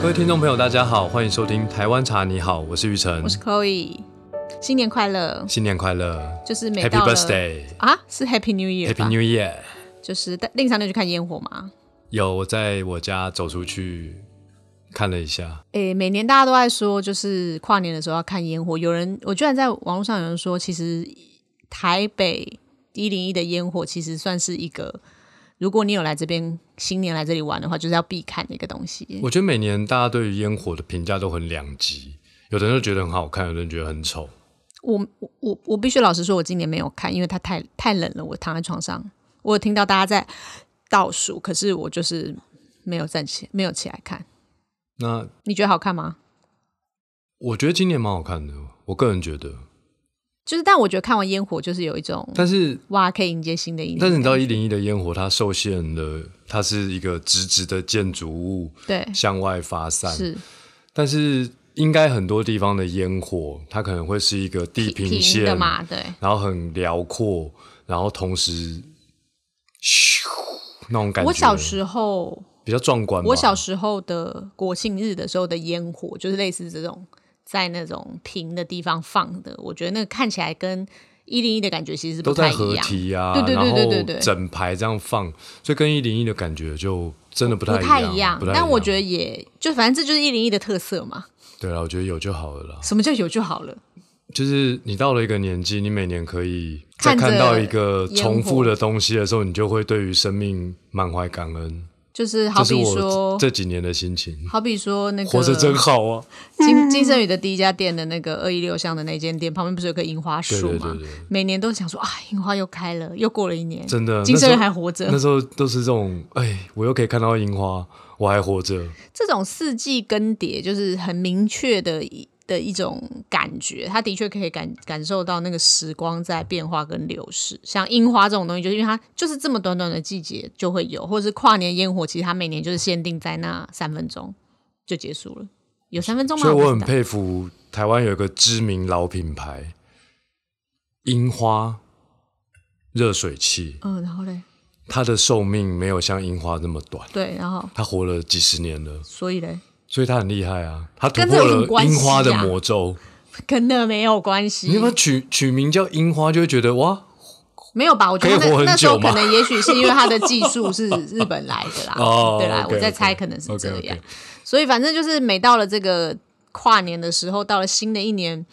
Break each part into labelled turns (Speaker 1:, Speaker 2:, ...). Speaker 1: 各位听众朋友，大家好，欢迎收听《台湾茶》，你好，我是玉成
Speaker 2: 我，是 Chloe，新年快乐！
Speaker 1: 新年快乐
Speaker 2: 就是每
Speaker 1: ，Happy
Speaker 2: 到了
Speaker 1: Birthday，Happy
Speaker 2: 啊，是 Happy New Year 吧
Speaker 1: New Year。
Speaker 2: 就是但令常就去看烟火嘛。
Speaker 1: 有我在我家走出去看了一下，
Speaker 2: 诶，每年大家都在说，就是跨年的时候要看烟火。有人，我居然在网络上有人说，其实台北一零一的烟火其实算是一个，如果你有来这边新年来这里玩的话，就是要必看的一个东西。
Speaker 1: 我觉得每年大家对于烟火的评价都很两极，有的人就觉得很好看，有的人觉得很丑。
Speaker 2: 我我我我必须老实说，我今年没有看，因为它太太冷了，我躺在床上，我有听到大家在倒数，可是我就是没有站起，没有起来看。
Speaker 1: 那
Speaker 2: 你觉得好看吗？
Speaker 1: 我觉得今年蛮好看的，我个人觉得。
Speaker 2: 就是，但我觉得看完烟火就是有一种
Speaker 1: 但是
Speaker 2: 哇，可以迎接新的一年的感觉。
Speaker 1: 但是你知道一零一的烟火，它受限了，它是一个直直的建筑物
Speaker 2: 对，
Speaker 1: 向外发散，
Speaker 2: 是
Speaker 1: 但是应该很多地方的烟火，它可能会是一个地平线
Speaker 2: 的，嘛？对，
Speaker 1: 然后很辽阔，然后同时咻那种感觉，
Speaker 2: 我小时候，
Speaker 1: 比较壮观吧。
Speaker 2: 我小时候的国庆日的时候的烟火，就是类似这种在那种平的地方放的，我觉得那个看起来跟一零一的感觉其实是
Speaker 1: 都
Speaker 2: 不
Speaker 1: 在
Speaker 2: 太
Speaker 1: 合
Speaker 2: 一样，
Speaker 1: 体啊，
Speaker 2: 对对对对对对
Speaker 1: 然后整排这样放，所以跟一零一的感觉就真的不
Speaker 2: 不
Speaker 1: 太
Speaker 2: 太
Speaker 1: 一
Speaker 2: 样
Speaker 1: 不太。
Speaker 2: 但我
Speaker 1: 得
Speaker 2: 觉得也就反正这就是一零一的特色嘛，
Speaker 1: 对了，我觉得有就好了啦。
Speaker 2: 什么叫有就好了。
Speaker 1: 就是你到了一个年纪，你每年可以再
Speaker 2: 看着
Speaker 1: 看到一个
Speaker 2: 烟火
Speaker 1: 重复的东西的时候，你就会对于生命满怀感恩。
Speaker 2: 就是好
Speaker 1: 这是
Speaker 2: 比
Speaker 1: 我
Speaker 2: 说
Speaker 1: 这，这几年的心情，
Speaker 2: 好比说那个
Speaker 1: 活着真好啊！
Speaker 2: 金金圣宇的第一家店的那个二一六巷的那间店旁边不是有棵樱花树
Speaker 1: 对对
Speaker 2: 吗？
Speaker 1: 对对
Speaker 2: 每年都想说啊，樱花又开了，又过了一年，
Speaker 1: 真的，
Speaker 2: 金
Speaker 1: 那时
Speaker 2: 圣
Speaker 1: 候
Speaker 2: 宇还活着
Speaker 1: 那。时候都是这种，哎，我又可以看到樱花，我还活着。
Speaker 2: 这种四季更迭就是很明确的一的一种感觉，他的确可以感感受到那个时光在变化跟流逝。像樱花这种东西，就是因为它就是这么短短的季节就会有，或者是跨年烟火，其实它每年就是限定在那三分钟就结束了。有三分钟吗？
Speaker 1: 所以我
Speaker 2: 不
Speaker 1: 很
Speaker 2: 知道
Speaker 1: 佩服台湾有一个知名老品牌樱花热水器，
Speaker 2: 嗯，然后嘞，
Speaker 1: 它的寿命没有像樱花那么短，
Speaker 2: 对，然后
Speaker 1: 它活了几十年了，
Speaker 2: 所以嘞，
Speaker 1: 所以它很厉害啊！它突
Speaker 2: 跟这
Speaker 1: 破
Speaker 2: 有什么
Speaker 1: 了
Speaker 2: 关系
Speaker 1: 樱
Speaker 2: 啊嗯
Speaker 1: 花的魔咒。
Speaker 2: 跟那没有关系
Speaker 1: 你。有没有取取名叫樱花，就会觉得哇
Speaker 2: 没有吧？我觉得
Speaker 1: 可以活
Speaker 2: 那
Speaker 1: 很
Speaker 2: 那时候
Speaker 1: 久吗
Speaker 2: 可能也许是因为他的技术是日本来的啦，
Speaker 1: 哦
Speaker 2: 对啦
Speaker 1: OK，
Speaker 2: 我在
Speaker 1: OK
Speaker 2: 猜可能是这
Speaker 1: OK，OK
Speaker 2: 样。所以反正就是每到了这个跨年的时候，到了新的一年，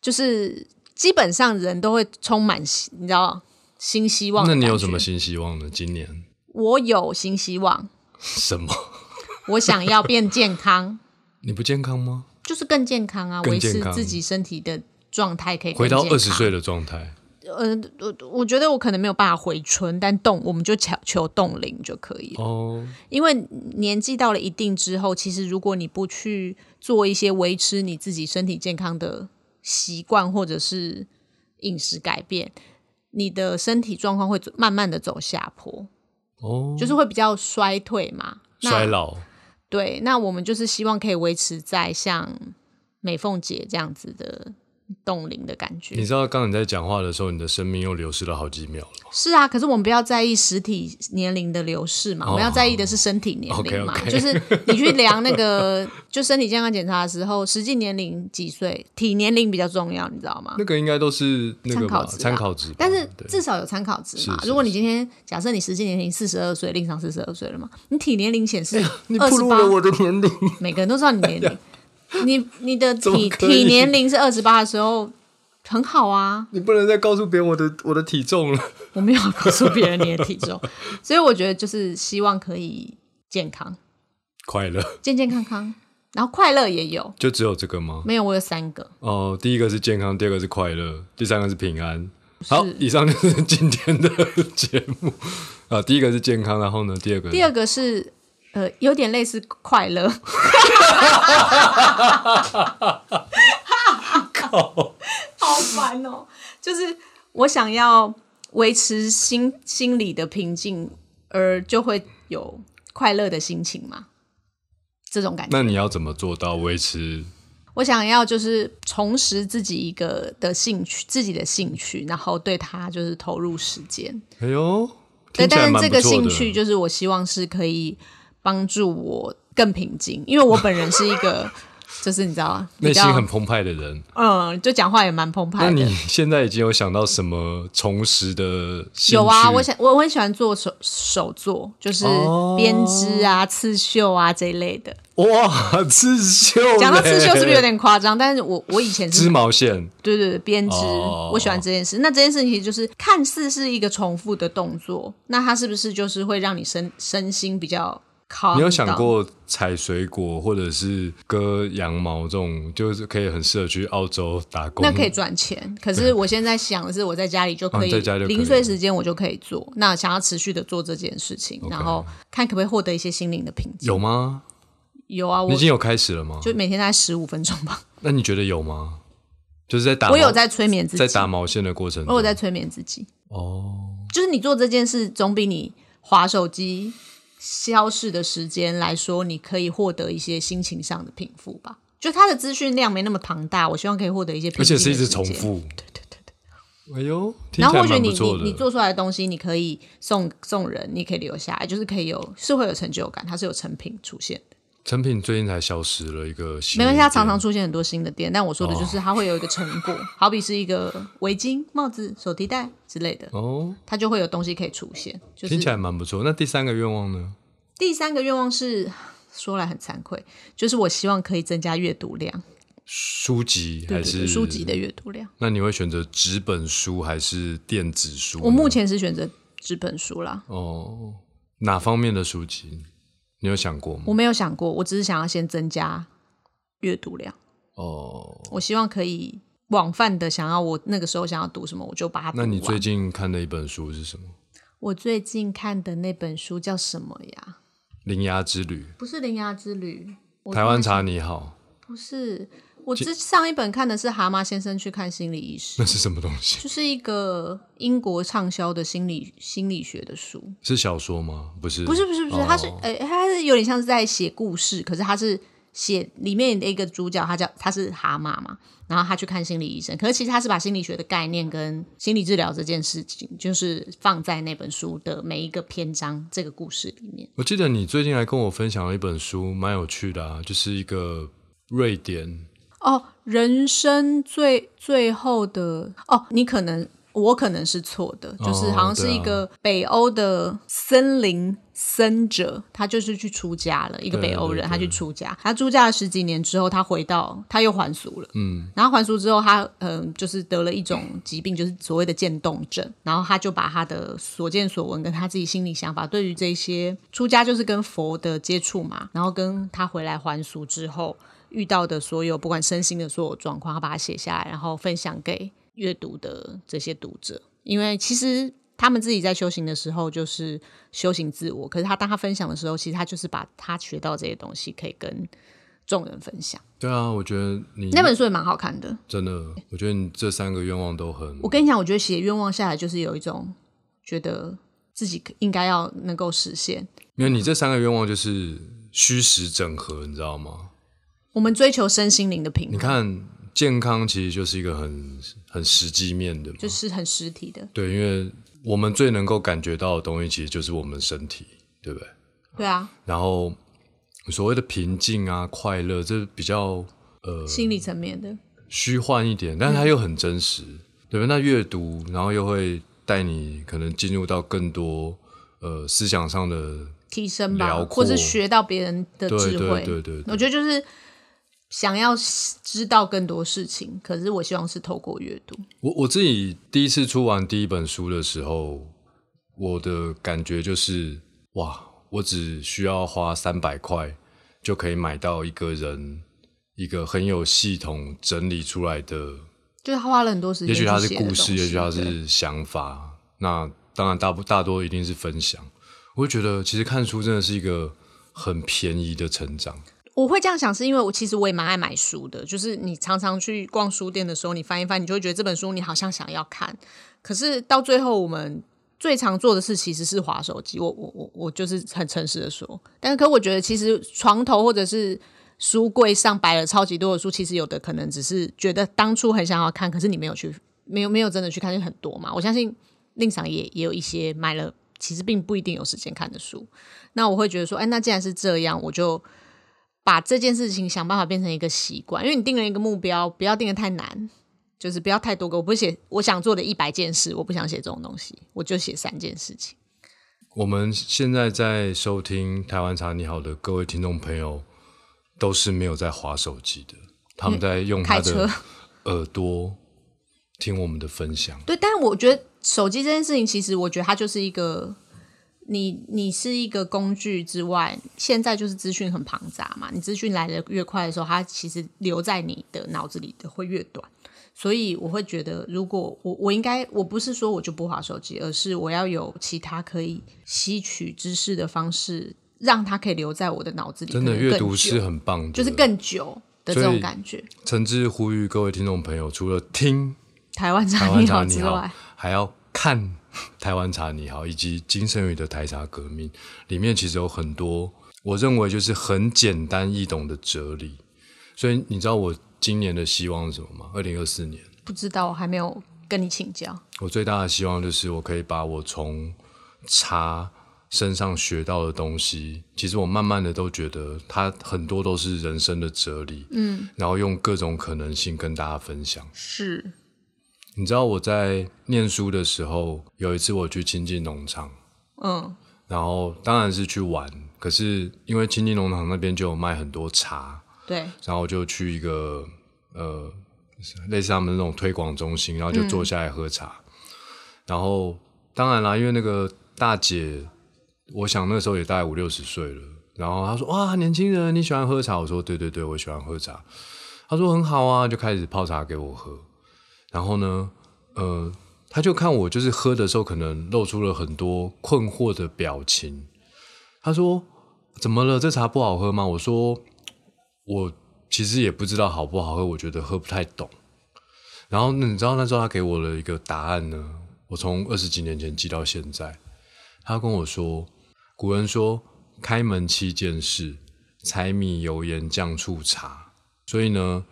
Speaker 2: 就是基本上人都会充满希你知道新希望。
Speaker 1: 那你有什么？新希望呢？今年
Speaker 2: 我有新希望，
Speaker 1: 什么？
Speaker 2: 我想要变健康，
Speaker 1: 你不健康吗？
Speaker 2: 就是更健康啊，
Speaker 1: 更
Speaker 2: 维
Speaker 1: 健
Speaker 2: 持
Speaker 1: 康
Speaker 2: 自己身体的状态可以更
Speaker 1: 回到
Speaker 2: 健
Speaker 1: 二十
Speaker 2: 康
Speaker 1: 岁的状态，
Speaker 2: 呃，我我觉得我可能没有办法回春，但冻我们就求求冻龄就可以了。
Speaker 1: 哦，
Speaker 2: 因为年纪到了一定之后，其实如果你不去做一些维持你自己身体健康的习惯或者是饮食改变，你的身体状况会走慢慢的走下坡，
Speaker 1: 哦，
Speaker 2: 就是会比较衰退嘛。那
Speaker 1: 衰老，
Speaker 2: 对，那我们就是希望可以维持在像美凤姐这样子的冻龄的感觉
Speaker 1: 你。知道刚刚你在讲话的时候，你的生命又流失了好几秒了吗。
Speaker 2: 是啊，可是我们不要在意实体年龄的流逝嘛，我们要在意
Speaker 1: 哦
Speaker 2: 的是身体年龄嘛。
Speaker 1: OK，OK
Speaker 2: 就是你去量那个就身体健康检查的时候，实际年龄几岁，体年龄比较重要，你知道吗？
Speaker 1: 那个应该都是那个吧，参
Speaker 2: 参
Speaker 1: 考
Speaker 2: 考啊
Speaker 1: 值吧。
Speaker 2: 但是
Speaker 1: 哦对
Speaker 2: 至少有参考值嘛。
Speaker 1: 是是
Speaker 2: 如果你今天假设你实际年龄四十二岁，令上四十二岁了嘛，你体年龄显示
Speaker 1: 哎你
Speaker 2: 二
Speaker 1: 暴
Speaker 2: 十
Speaker 1: 露
Speaker 2: 八，
Speaker 1: 了我的年龄，
Speaker 2: 每个人都知道你年龄。你你的
Speaker 1: 怎么
Speaker 2: 体
Speaker 1: 可以
Speaker 2: 体年龄是二十八的时候，很好啊。
Speaker 1: 你不能再告诉别人我的 我的体重了。
Speaker 2: 我没有告诉别人你的体重， 所以我觉得就是希望可以健康、
Speaker 1: 快乐
Speaker 2: 健健康康，然后快乐也有。
Speaker 1: 就只有这个吗？
Speaker 2: 没有，我有三个，
Speaker 1: 哦，第一个是健康，第二个是快乐，第三个是平安。好，以上就是今天的节目啊。第一个是健康，然后呢，第二个
Speaker 2: 第二个是呃，有点类似快乐，好烦哦。就是我想要维持心心理的平静，而就会有快乐的心情嘛，这种感觉。
Speaker 1: 那你要怎么做到维持？
Speaker 2: 我想要就是重拾自己一个的兴趣，自己的兴趣，然后对它就是投入时间。
Speaker 1: 哎呦，
Speaker 2: 对，
Speaker 1: 听起来
Speaker 2: 但
Speaker 1: 蛮
Speaker 2: 是
Speaker 1: 不
Speaker 2: 这个
Speaker 1: 错
Speaker 2: 兴
Speaker 1: 的
Speaker 2: 趣就是我希望是可以帮助我更平静，因为我本人是一个 就是你知道啊，比
Speaker 1: 内心
Speaker 2: 较哎
Speaker 1: 很澎湃的人。
Speaker 2: 嗯，就讲话也蛮澎湃
Speaker 1: 那
Speaker 2: 的。
Speaker 1: 你现在已经有想到什么重拾的兴趣？
Speaker 2: 有啊，我想我很喜欢做手手作，就是
Speaker 1: 哦
Speaker 2: 编织啊、刺绣啊这一类的。
Speaker 1: 哇，刺绣嘞，
Speaker 2: 讲到刺绣是不是有点夸张？但是我我以前
Speaker 1: 织
Speaker 2: 是
Speaker 1: 毛线？
Speaker 2: 对对对编织，
Speaker 1: 哦
Speaker 2: 我喜欢这件事。那这件事情就是看似是一个重复的动作，那它是不是就是会让你身身心比较 calm？
Speaker 1: 你有想
Speaker 2: down？
Speaker 1: 过采水果或者是割羊毛这种，就是可以很适合去澳洲打工？
Speaker 2: 那可以赚钱，可是我现在想的是，我在家里就可以，
Speaker 1: 啊在家就可以
Speaker 2: 零碎时间我就可以做。那想要持续的做这件事情，然后看可不可以获得一些心灵的平静。
Speaker 1: 有吗？
Speaker 2: 有啊，我
Speaker 1: 你已经有开始了吗？
Speaker 2: 就每天大概十五分钟 吧。
Speaker 1: 那你觉得有吗？就是在打毛，
Speaker 2: 我有在催眠自己，
Speaker 1: 在打毛线的过程
Speaker 2: 我有
Speaker 1: 中，
Speaker 2: 在催眠自己，
Speaker 1: 哦，
Speaker 2: 就是你做这件事总比你划手机消逝的时间来说，你可以获得一些心情上的平复吧。就它的资讯量没那么庞大，我希望可以获得一些平
Speaker 1: 而
Speaker 2: 静
Speaker 1: 且
Speaker 2: 的时
Speaker 1: 是
Speaker 2: 间，
Speaker 1: 一直重复。
Speaker 2: 对。对对对。
Speaker 1: 哎呦，听
Speaker 2: 然
Speaker 1: 起
Speaker 2: 后
Speaker 1: 来
Speaker 2: 或许
Speaker 1: 蛮
Speaker 2: 你
Speaker 1: 不错
Speaker 2: 你
Speaker 1: 的。
Speaker 2: 你做出来的东西，你可以送送人，你可以留下来，就是可以有是会有成就感，它是有成品出现的。
Speaker 1: 成品最近才消失了一个新
Speaker 2: 没
Speaker 1: 的店，
Speaker 2: 关系，它常常出现很多新的店，但我说的
Speaker 1: 哦
Speaker 2: 就是它会有一个成果，好比是一个围巾、帽子、手提袋之类的，
Speaker 1: 哦，
Speaker 2: 它就会有东西可以出现。就
Speaker 1: 听起
Speaker 2: 是
Speaker 1: 来蛮不错。那第三个愿望呢？
Speaker 2: 第三个愿望是。说来很惭愧，就是我希望可以增加阅读量，
Speaker 1: 书籍
Speaker 2: 对
Speaker 1: 还
Speaker 2: 对对，
Speaker 1: 是
Speaker 2: 书籍的阅读量。
Speaker 1: 那你会选择纸本书还是电子书呢？
Speaker 2: 我目前是选择纸本书啦，
Speaker 1: 哦，哪方面的书籍？你有想过吗？
Speaker 2: 我没有想过，我只是想要先增加阅读量。
Speaker 1: 哦，
Speaker 2: 我希望可以广泛的想要我那个时候想要读什么，我就把它读
Speaker 1: 那
Speaker 2: 完。
Speaker 1: 你最近看的一本书是什么？《
Speaker 2: 我最近看的那本书叫什么呀？
Speaker 1: 铃芽之旅
Speaker 2: 不是《铃芽之旅》，》，我
Speaker 1: 台湾茶你好，
Speaker 2: 不是。我之上一本看的是《蛤蟆先生去看心理医师
Speaker 1: 那》，是什么东西？
Speaker 2: 就是一个英国畅销的心理心理学的书。
Speaker 1: 是小说吗？不是，哦
Speaker 2: 不是不是不是，他是呃，他是有点像是在写故事，可是他是写里面的一个主角，他叫他是蛤蟆嘛，然后他去看心理医生，可是其实他是把心理学的概念跟心理治疗这件事情，就是放在那本书的每一个篇章这个故事里面。
Speaker 1: 我记得你最近还跟我分享了一本书，蛮有趣的啊，就是一个瑞典
Speaker 2: 哦，人生最最后的哦，你可能我可能是错的，就是
Speaker 1: 哦
Speaker 2: 好像是一个北欧的森林僧者，他就是去出家了，一个
Speaker 1: 对
Speaker 2: 北欧人，
Speaker 1: 对
Speaker 2: 他去出家，他出家了十几年之后，他回到他又还俗了，嗯，然后还俗之后，他嗯、就是得了一种疾病，就是所谓的渐冻症，然后他就把他的所见所闻跟他自己心里想法，对于这些出家就是跟佛的接触嘛，然后跟他回来还俗之后。遇到的所有，不管身心的所有状况，他把它写下来，然后分享给阅读的这些读者。因为其实他们自己在修行的时候，就是修行自我。可是他当他分享的时候，其实他就是把他学到这些东西，可以跟众人分享。
Speaker 1: 对啊，我觉得你
Speaker 2: 那本书也蛮好看的。
Speaker 1: 真的，我觉得你这三个愿望都很
Speaker 2: 我跟你讲，我觉得写愿望下来，就是有一种觉得自己应该要能够实现。
Speaker 1: 因为你这三个愿望就是虚实整合，你知道吗？
Speaker 2: 我们追求身心灵的平
Speaker 1: 你
Speaker 2: 衡，
Speaker 1: 看健康其实就是一个很很实际面的嘛，
Speaker 2: 就是很实体的。
Speaker 1: 对，因为我们最能够感觉到的东西其实就是我们身体，对不对？
Speaker 2: 对啊，
Speaker 1: 然后所谓的平静啊、快乐，这比较呃
Speaker 2: 心理层面的。
Speaker 1: 虚幻一点，但是它又很真实，对吧？那阅读，然后又会带你可能进入到更多呃思想上的
Speaker 2: 提升吧
Speaker 1: 辽，
Speaker 2: 或
Speaker 1: 阔
Speaker 2: 是学到别人的
Speaker 1: 对
Speaker 2: 智
Speaker 1: 对
Speaker 2: 慧。
Speaker 1: 对对对
Speaker 2: 我觉得就是想要知道更多事情，可是我希望是透过阅读。
Speaker 1: 我我自己第一次出完第一本书的时候，我的感觉就是哇，我只需要花三百块就可以买到一个人一个很有系统整理出来的，
Speaker 2: 就是他花了很多时
Speaker 1: 也
Speaker 2: 间
Speaker 1: 许
Speaker 2: 去写的
Speaker 1: 它
Speaker 2: 东
Speaker 1: 是
Speaker 2: 西，
Speaker 1: 故事，也许它
Speaker 2: 对
Speaker 1: 是想法。那当然大不大多一定是分享。我就觉得其实看书真的是一个很便宜的成长。
Speaker 2: 我会这样想，是因为我其实我也蛮爱买书的，就是你常常去逛书店的时候，你翻一翻，你就会觉得这本书你好像想要看，可是到最后我们。最常做的事其实是划手机，我我我我就是很诚实的说，但是可我觉得其实床头或者是书柜上摆了超级多的书，其实有的可能只是觉得当初很想要看，可是你没有去，没有没有真的去看，就很多嘛。我相信令赏也也有一些买了，其实并不一定有时间看的书。那我会觉得说，哎，那既然是这样，我就把这件事情想办法变成一个习惯，因为你定了一个目标，不要定的太难，就是不要太多个。我不写我想做的一百件事，我不想写这种东西，我就写三件事情。
Speaker 1: 我们现在在收听《台湾茶你好》的各位听众朋友，都是没有在划手机的，他们在用他
Speaker 2: 嗯开
Speaker 1: 的
Speaker 2: 车
Speaker 1: 耳朵听我们的分享。
Speaker 2: 对，但我觉得手机这件事情，其实我觉得它就是一个，你你是一个工具之外，现在就是资讯很庞杂嘛，你资讯来的越快的时候，它其实留在你的脑子里的会越短。所以我会觉得，如果我我应该我不是说我就不划手机，而是我要有其他可以吸取知识的方式，让它可以留在我的脑子里。
Speaker 1: 真的
Speaker 2: 可能更
Speaker 1: 阅读是
Speaker 2: 久
Speaker 1: 很棒的，
Speaker 2: 就是更久的这
Speaker 1: 所
Speaker 2: 种
Speaker 1: 以
Speaker 2: 感觉。
Speaker 1: 诚挚呼吁各位听众朋友，除了 听
Speaker 2: 台湾
Speaker 1: 台
Speaker 2: 茶
Speaker 1: 湾
Speaker 2: 你
Speaker 1: 茶
Speaker 2: 好
Speaker 1: 你
Speaker 2: 之
Speaker 1: 好
Speaker 2: 外，，
Speaker 1: 还要看台湾茶你好，以及金圣宇的台茶革命，里面其实有很多我认为就是很简单易懂的哲理。所以你知道我今年的希望是什么吗？二零二四年，
Speaker 2: 不知道我还没有跟你请教。
Speaker 1: 我最大的希望就是我可以把我从茶身上学到的东西，其实我慢慢的都觉得它很多都是人生的哲理，嗯，然后用各种可能性跟大家分享。
Speaker 2: 是，
Speaker 1: 你知道我在念书的时候，有一次我去亲近农场，
Speaker 2: 嗯，
Speaker 1: 然后当然是去玩，可是因为亲近农场那边就有卖很多茶，
Speaker 2: 对，
Speaker 1: 然后我就去一个呃类似他们那种推广中心，然后就坐下来喝茶。然后当然啦，因为那个大姐，我想那时候也大概五六十岁了。然后她说：“哇，年轻人，你喜欢喝茶？”我说：“对对对，我喜欢喝茶。”她说：“很好啊。”就开始泡茶给我喝。然后呢，呃，她就看我就是喝的时候，可能露出了很多困惑的表情。她说：“怎么了？这茶不好喝吗？”我说：“我其实也不知道好不好喝，我觉得喝不太懂。然后你知道那时候他给我了一个答案呢，我从二十几年前记到现在。他跟我说，古人说“开门七件事：柴米油盐酱醋茶”。所以呢，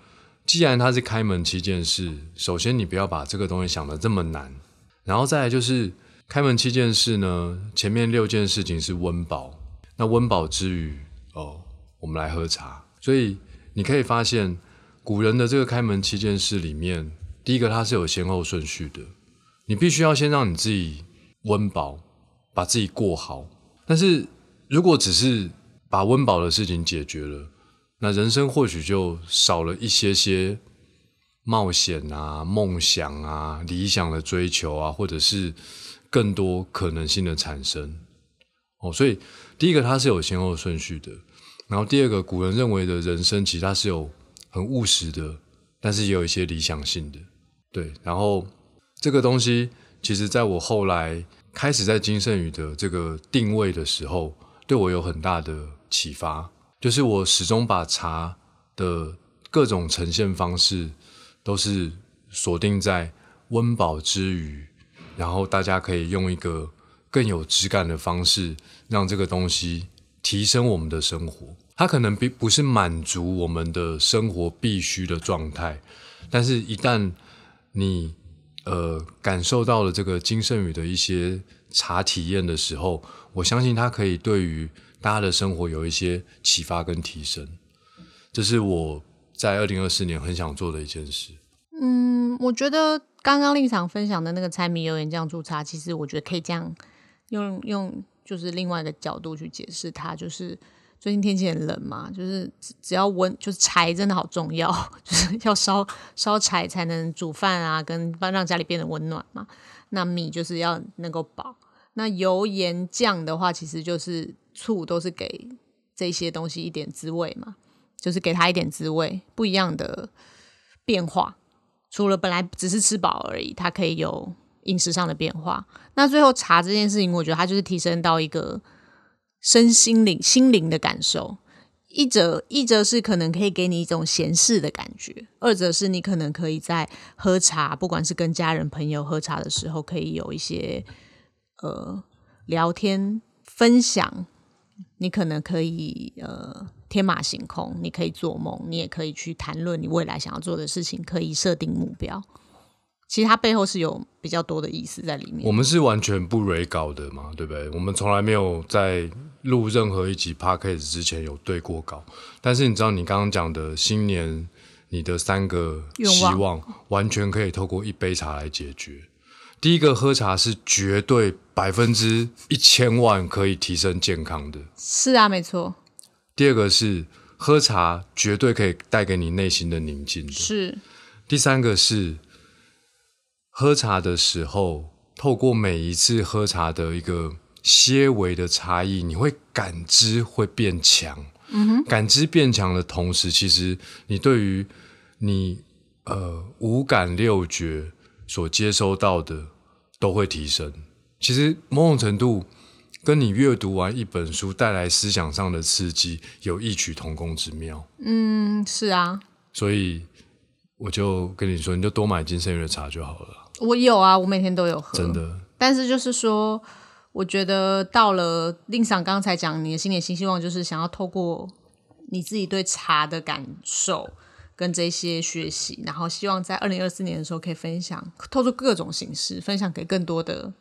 Speaker 1: 既然它是开门七件事，首先你不要把这个东西想的这么难，然后再来就是开门七件事呢，前面六件事情是温饱，那温饱之余哦，我们来喝茶。所以你可以发现，古人的这个开门七件事里面，第一个它是有先后顺序的，你必须要先让你自己温饱，把自己过好。但是如果只是把温饱的事情解决了，那人生或许就少了一些些冒险啊、梦想啊、理想的追求啊，或者是更多可能性的产生。哦，所以第一个它是有先后顺序的，然后第二个古人认为的人生，其实它是有很务实的，但是也有一些理想性的。对，然后这个东西，其实在我后来开始在金圣宇的这个定位的时候，对我有很大的启发，就是我始终把茶的各种呈现方式，都是锁定在温饱之余，然后大家可以用一个更有质感的方式，让这个东西提升我们的生活。它可能并不是满足我们的生活必须的状态，但是一旦你呃感受到了这个金圣宇的一些茶体验的时候，我相信它可以对于大家的生活有一些启发跟提升。这是我在二零二四年很想做的一件事。
Speaker 2: 嗯，我觉得刚刚令场分享的那个柴米油盐酱醋茶，其实我觉得可以这样用用，就是另外一个角度去解释它，就是。最近天气很冷嘛，就是只只要温，就是柴真的好重要， 就是要烧烧柴才能煮饭啊，跟让家里变得温暖嘛。那米就是要能够饱，那油盐酱的话，其实就是醋，都是给这些东西一点滋味嘛，就是给它一点滋味，不一样的变化。除了本来只是吃饱而已，它可以有饮食上的变化。那最后茶这件事情，我觉得它就是提升到一个身心灵心灵的感受。一者一者是可能可以给你一种闲适的感觉，二者是你可能可以在喝茶，不管是跟家人朋友喝茶的时候，可以有一些呃聊天分享，你可能可以呃天马行空，你可以做梦，你也可以去谈论你未来想要做的事情，可以设定目标。其实它背后是有比较多的意思在里面。
Speaker 1: 我们是完全不 re 稿的嘛，对不对？我们从来没有在录任何一集 podcast 之前有对过稿，但是你知道你刚刚讲的新年你的三个
Speaker 2: 愿
Speaker 1: 希
Speaker 2: 望
Speaker 1: 望，完全可以透过一杯茶来解决。第一个喝茶是绝对百分之一千万可以提升健康的，
Speaker 2: 是啊，没错，
Speaker 1: 第二个是喝茶绝对可以带给你内心的宁静的，
Speaker 2: 是
Speaker 1: 第三个是喝茶的时候，透过每一次喝茶的一个些微的差异，你会感知会变强。嗯哼，感知变强的同时，其实你对于你呃五感六觉所接收到的都会提升。其实某种程度跟你阅读完一本书带来思想上的刺激有异曲同工之妙。
Speaker 2: 嗯，是啊，
Speaker 1: 所以我就跟你说，你就多买金圣月的茶就好了，
Speaker 2: 我有啊，我每天都有喝，
Speaker 1: 真。的。
Speaker 2: 但是就是说，我觉得到了令赏刚才讲你的新年新希望，就是想要透过你自己对茶的感受跟这些学习，然后希望在二零二四年的时候可以分享，透过各种形式分享给更多的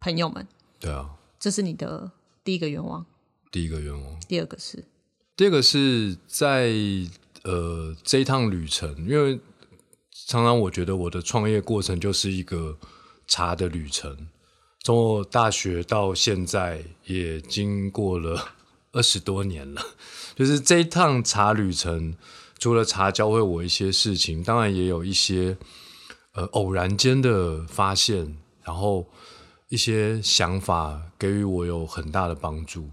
Speaker 2: 朋友们。
Speaker 1: 对啊，
Speaker 2: 这是你的第一个愿望，
Speaker 1: 第一个愿望，
Speaker 2: 第二个是
Speaker 1: 第二个是在呃这一趟旅程，因为常常我觉得我的创业过程就是一个茶的旅程，从我大学到现在也经过了 二十多年了，就是这一趟茶旅程，除了茶教会我一些事情，当然也有一些呃偶然间的发现，然后一些想法给予我有很大的帮助。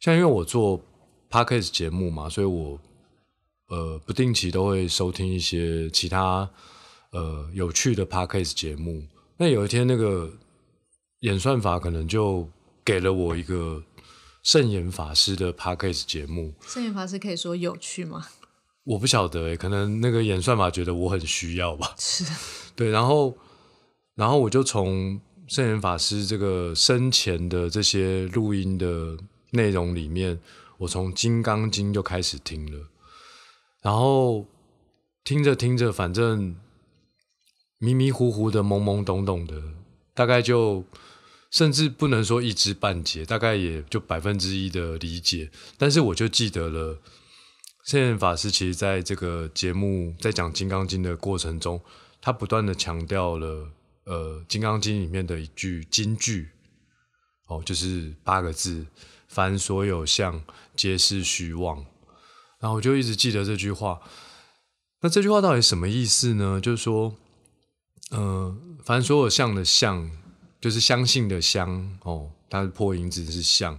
Speaker 1: 像因为我做 podcast 节目嘛，所以我呃不定期都会收听一些其他呃有趣的 podcast 节目。那有一天那个演算法可能就给了我一个圣言法师的 podcast 节目，
Speaker 2: 圣元法师可以说有趣吗？
Speaker 1: 我不晓得诶、欸可能那个演算法觉得我很需要吧。
Speaker 2: 是
Speaker 1: 对，然后然后我就从圣严法师这个生前的这些录音的内容里面，我从《金刚经》就开始听了，然后听着听着，反正迷迷糊糊的、懵懵懂懂的，大概就。甚至不能说一知半解，大概也就百分之一的理解，但是我就记得了圣严法师其实在这个节目在讲《金刚经》的过程中，他不断的强调了呃《金刚经》里面的一句金句，哦，就是八个字：“凡所有相，皆是虚妄。”然后我就一直记得这句话。那这句话到底什么意思呢？就是说，呃，凡所有相的相，就是相信的相哦，它的破音字是相。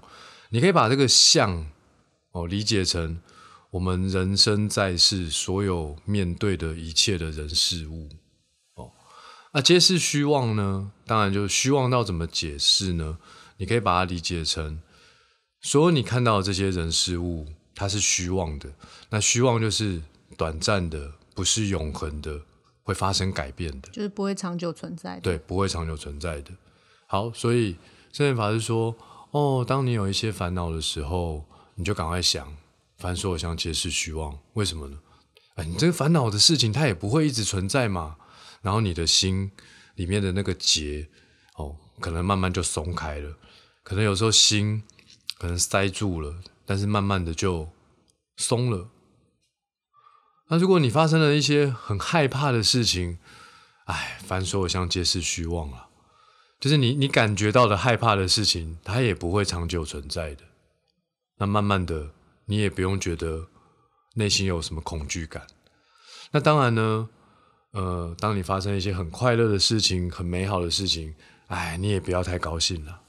Speaker 1: 你可以把这个相哦理解成我们人生在世所有面对的一切的人事物。哦，那皆是虚妄呢？当然，就是虚妄到怎么解释呢？你可以把它理解成，所有你看到的这些人事物，它是虚妄的。那虚妄就是短暂的，不是永恒的，会发生改变的。
Speaker 2: 就是不会长久存在的。
Speaker 1: 对，不会长久存在的。好，所以圣人法师说，哦，当你有一些烦恼的时候，你就赶快想，凡所有相皆是虚妄。为什么呢？哎，你这个烦恼的事情，它也不会一直存在嘛。然后你的心里面的那个结，哦，可能慢慢就松开了。可能有时候心可能塞住了，但是慢慢的就松了。那如果你发生了一些很害怕的事情，哎，凡所有相皆是虚妄啊。就是你你感觉到的害怕的事情，它也不会长久存在的。那慢慢的，你也不用觉得内心有什么恐惧感。那当然呢，呃，当你发生一些很快乐的事情、很美好的事情，哎，你也不要太高兴了，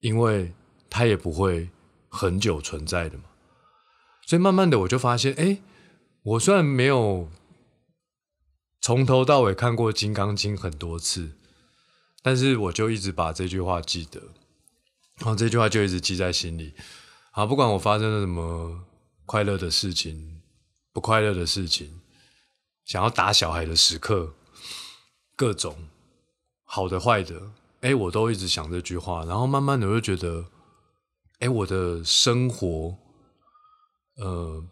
Speaker 1: 因为它也不会很久存在的嘛。所以慢慢的，我就发现，哎，我虽然没有从头到尾看过《金刚经》很多次，但是我就一直把这句话记得，然后这句话就一直记在心里。好，不管我发生了什么快乐的事情、不快乐的事情，想要打小孩的时刻，各种好的、坏的，哎，我都一直想这句话。然后慢慢的，我就觉得，哎，我的生活，呃，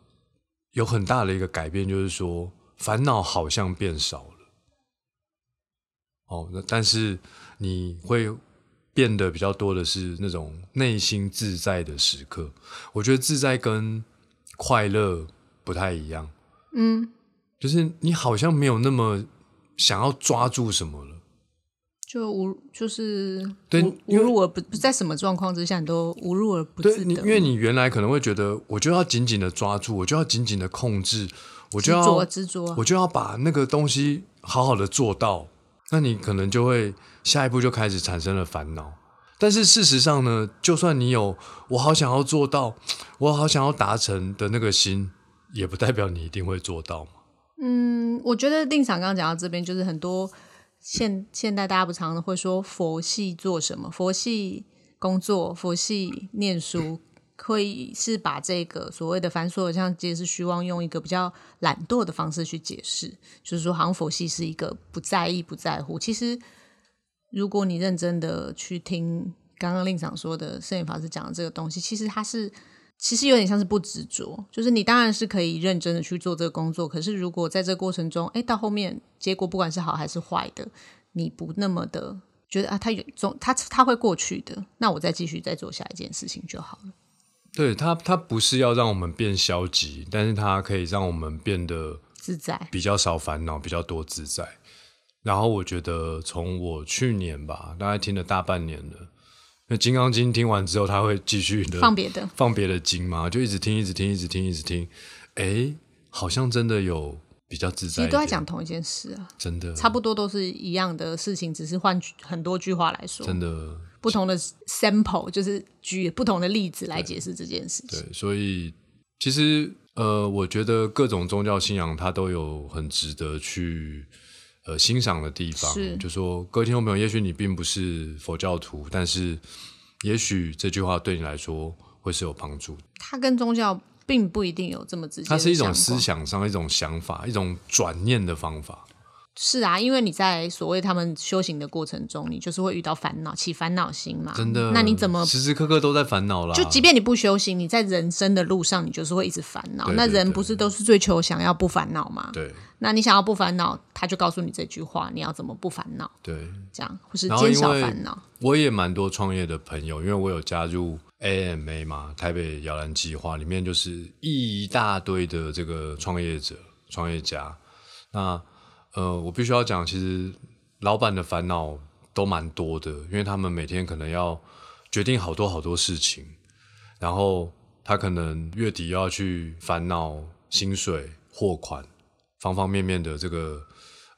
Speaker 1: 有很大的一个改变，就是说烦恼好像变少了。哦，那但是你会变得比较多的是那种内心自在的时刻。我觉得自在跟快乐不太一样，
Speaker 2: 嗯，
Speaker 1: 就是你好像没有那么想要抓住什么了。
Speaker 2: 就无就是
Speaker 1: 对
Speaker 2: 无无
Speaker 1: 因为
Speaker 2: 入而不不在什么状况之下，你都无入而不
Speaker 1: 对
Speaker 2: 自
Speaker 1: 你，
Speaker 2: 得，
Speaker 1: 因为你原来可能会觉得，我就要紧紧的抓住，我就要紧紧的控制，我
Speaker 2: 执
Speaker 1: 就要
Speaker 2: 着执着
Speaker 1: 我，就要把那个东西好好的做到，那你可能就会下一步就开始产生了烦恼。但是事实上呢，就算你有我好想要做到，我好想要达成的那个心，也不代表你一定会做到嘛。
Speaker 2: 嗯，我觉得令赏刚刚讲到这边，就是很多现现代大家不常常会说佛系做什么，佛系工作，佛系念书，会是把这个所谓的繁琐的像皆是虚妄，用一个比较懒惰的方式去解释，就是说好像佛系是一个不在意、不在乎。其实，如果你认真的去听刚刚令赏说的摄影法师讲的这个东西，其实它是其实有点像是不执着，就是你当然是可以认真的去做这个工作，可是如果在这个过程中，哎，到后面结果不管是好还是坏的，你不那么的觉得啊，它有总它它会过去的，那我再继续再做下一件事情就好了。
Speaker 1: 对它，它不是要让我们变消极，但是它可以让我们变得
Speaker 2: 自在，
Speaker 1: 比较少烦恼，比较多自在。然后我觉得从我去年吧，大概听了大半年了，那《金刚经》听完之后，他会继续的
Speaker 2: 放别的，
Speaker 1: 放别的经嘛，就一直听，一直听，一直听，一直听，哎，好像真的有比较自
Speaker 2: 其
Speaker 1: 在一点。
Speaker 2: 实都在讲同一件事啊，
Speaker 1: 真的，
Speaker 2: 差不多都是一样的事情，只是换句很多句话来说，
Speaker 1: 真的
Speaker 2: 不同的 sample 就是举不同的例子来解释这件事情。
Speaker 1: 对，所以其实呃，我觉得各种宗教信仰它都有很值得去呃欣赏的地方。
Speaker 2: 是
Speaker 1: 就说各位听众朋友，也许你并不是佛教徒，但是也许这句话对你来说会是有帮助的。
Speaker 2: 它跟宗教并不一定有这么直接，
Speaker 1: 它是一种思。想上、一种想法、一种转念的方法。
Speaker 2: 是啊，因为你在所谓他们修行的过程中，你就是会遇到烦恼，起烦恼心嘛。
Speaker 1: 真的，
Speaker 2: 那你怎么？
Speaker 1: 时时刻刻都在烦恼啦？
Speaker 2: 就即便你不修行，你在人生的路上，你就是会一直烦恼。
Speaker 1: 对
Speaker 2: 那
Speaker 1: 对
Speaker 2: 人
Speaker 1: 对
Speaker 2: 不是都是追求想要不烦恼吗？
Speaker 1: 对
Speaker 2: 那你想要不烦恼，他就告诉你这句话，你要怎么不烦恼，
Speaker 1: 对，
Speaker 2: 这样或是
Speaker 1: 然后
Speaker 2: 减
Speaker 1: 因
Speaker 2: 少
Speaker 1: 为
Speaker 2: 烦恼。
Speaker 1: 我也蛮多创业的朋友，因为我有加入 AMA 嘛，台北摇篮计划里面就是一大堆的这个创业者、创业家。那呃，我必须要讲，其实老板的烦恼都蛮多的，因为他们每天可能要决定好多好多事情，然后他可能月底又要去烦恼薪水、货款方方面面的这个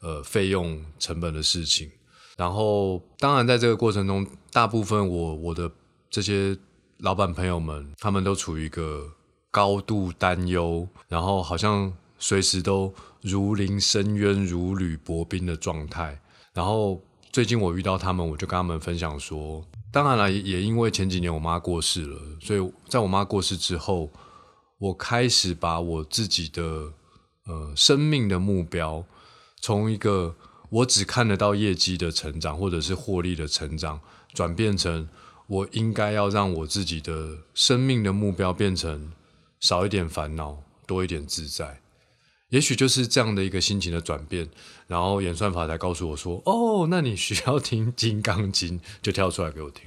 Speaker 1: 呃费用成本的事情。然后，当然在这个过程中，大部分我我的这些老板朋友们，他们都处于一个高度担忧，然后好像随时都如临深渊、如履薄冰的状态。然后最近我遇到他们，我就跟他们分享说，当然了，也也因为前几年我妈过世了，所以在我妈过世之后，我开始把我自己的呃生命的目标，从一个我只看得到业绩的成长或者是获利的成长，转变成我应该要让我自己的生命的目标变成少一点烦恼，多一点自在。也许就是这样的一个心情的转变，然后演算法才告诉我说：“哦，那你需要听《金刚经》，就跳出来给我听。”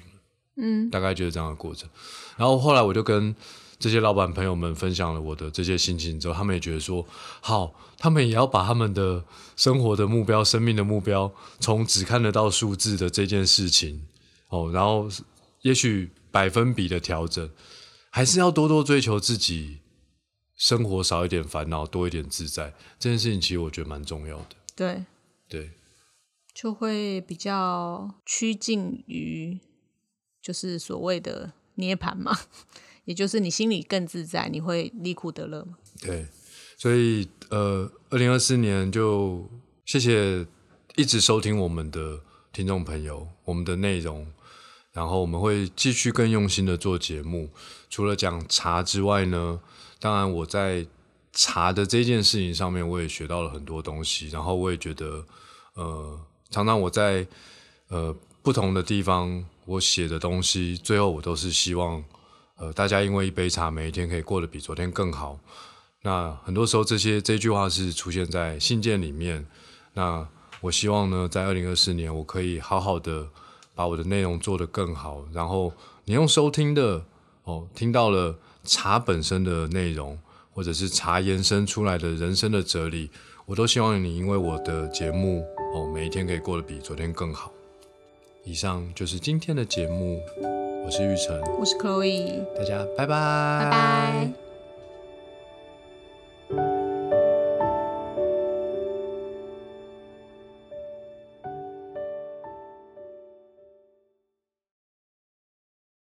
Speaker 1: 嗯，大概就是这样的过程。然后后来我就跟这些老板朋友们分享了我的这些心情之后，他们也觉得说，好，他们也要把他们的生活的目标、生命的目标，从只看得到数字的这件事情，哦，然后也许百分比的调整，还是要多多追求自己。生活少一点烦恼，多一点自在，这件事情其实我觉得蛮重要的。
Speaker 2: 对，
Speaker 1: 对，
Speaker 2: 就会比较趋近于就是所谓的涅槃嘛， 也就是你心里更自在，你会离苦得乐嘛。
Speaker 1: 对，所以呃，二零二四年就谢谢一直收听我们的听众朋友，我们的内容，然后我们会继续更用心的做节目。除了讲茶之外呢，当然我在茶的这件事情上面，我也学到了很多东西，然后我也觉得呃，常常我在呃不同的地方我写的东西，最后我都是希望。呃，大家因为一杯茶，每一天可以过得比昨天更好，那很多时候这些这句话是出现在信件里面，那我希望呢，在二零二四年，我可以好好的把我的内容做得更好。然后你用收听的哦，听到了茶本身的内容，或者是茶延伸出来的人生的哲理，我都希望你因为我的节目哦，每一天可以过得比昨天更好。以上就是今天的节目，我是玉成，
Speaker 2: 我是 Chloe，
Speaker 1: 大家拜拜，拜
Speaker 2: 拜拜。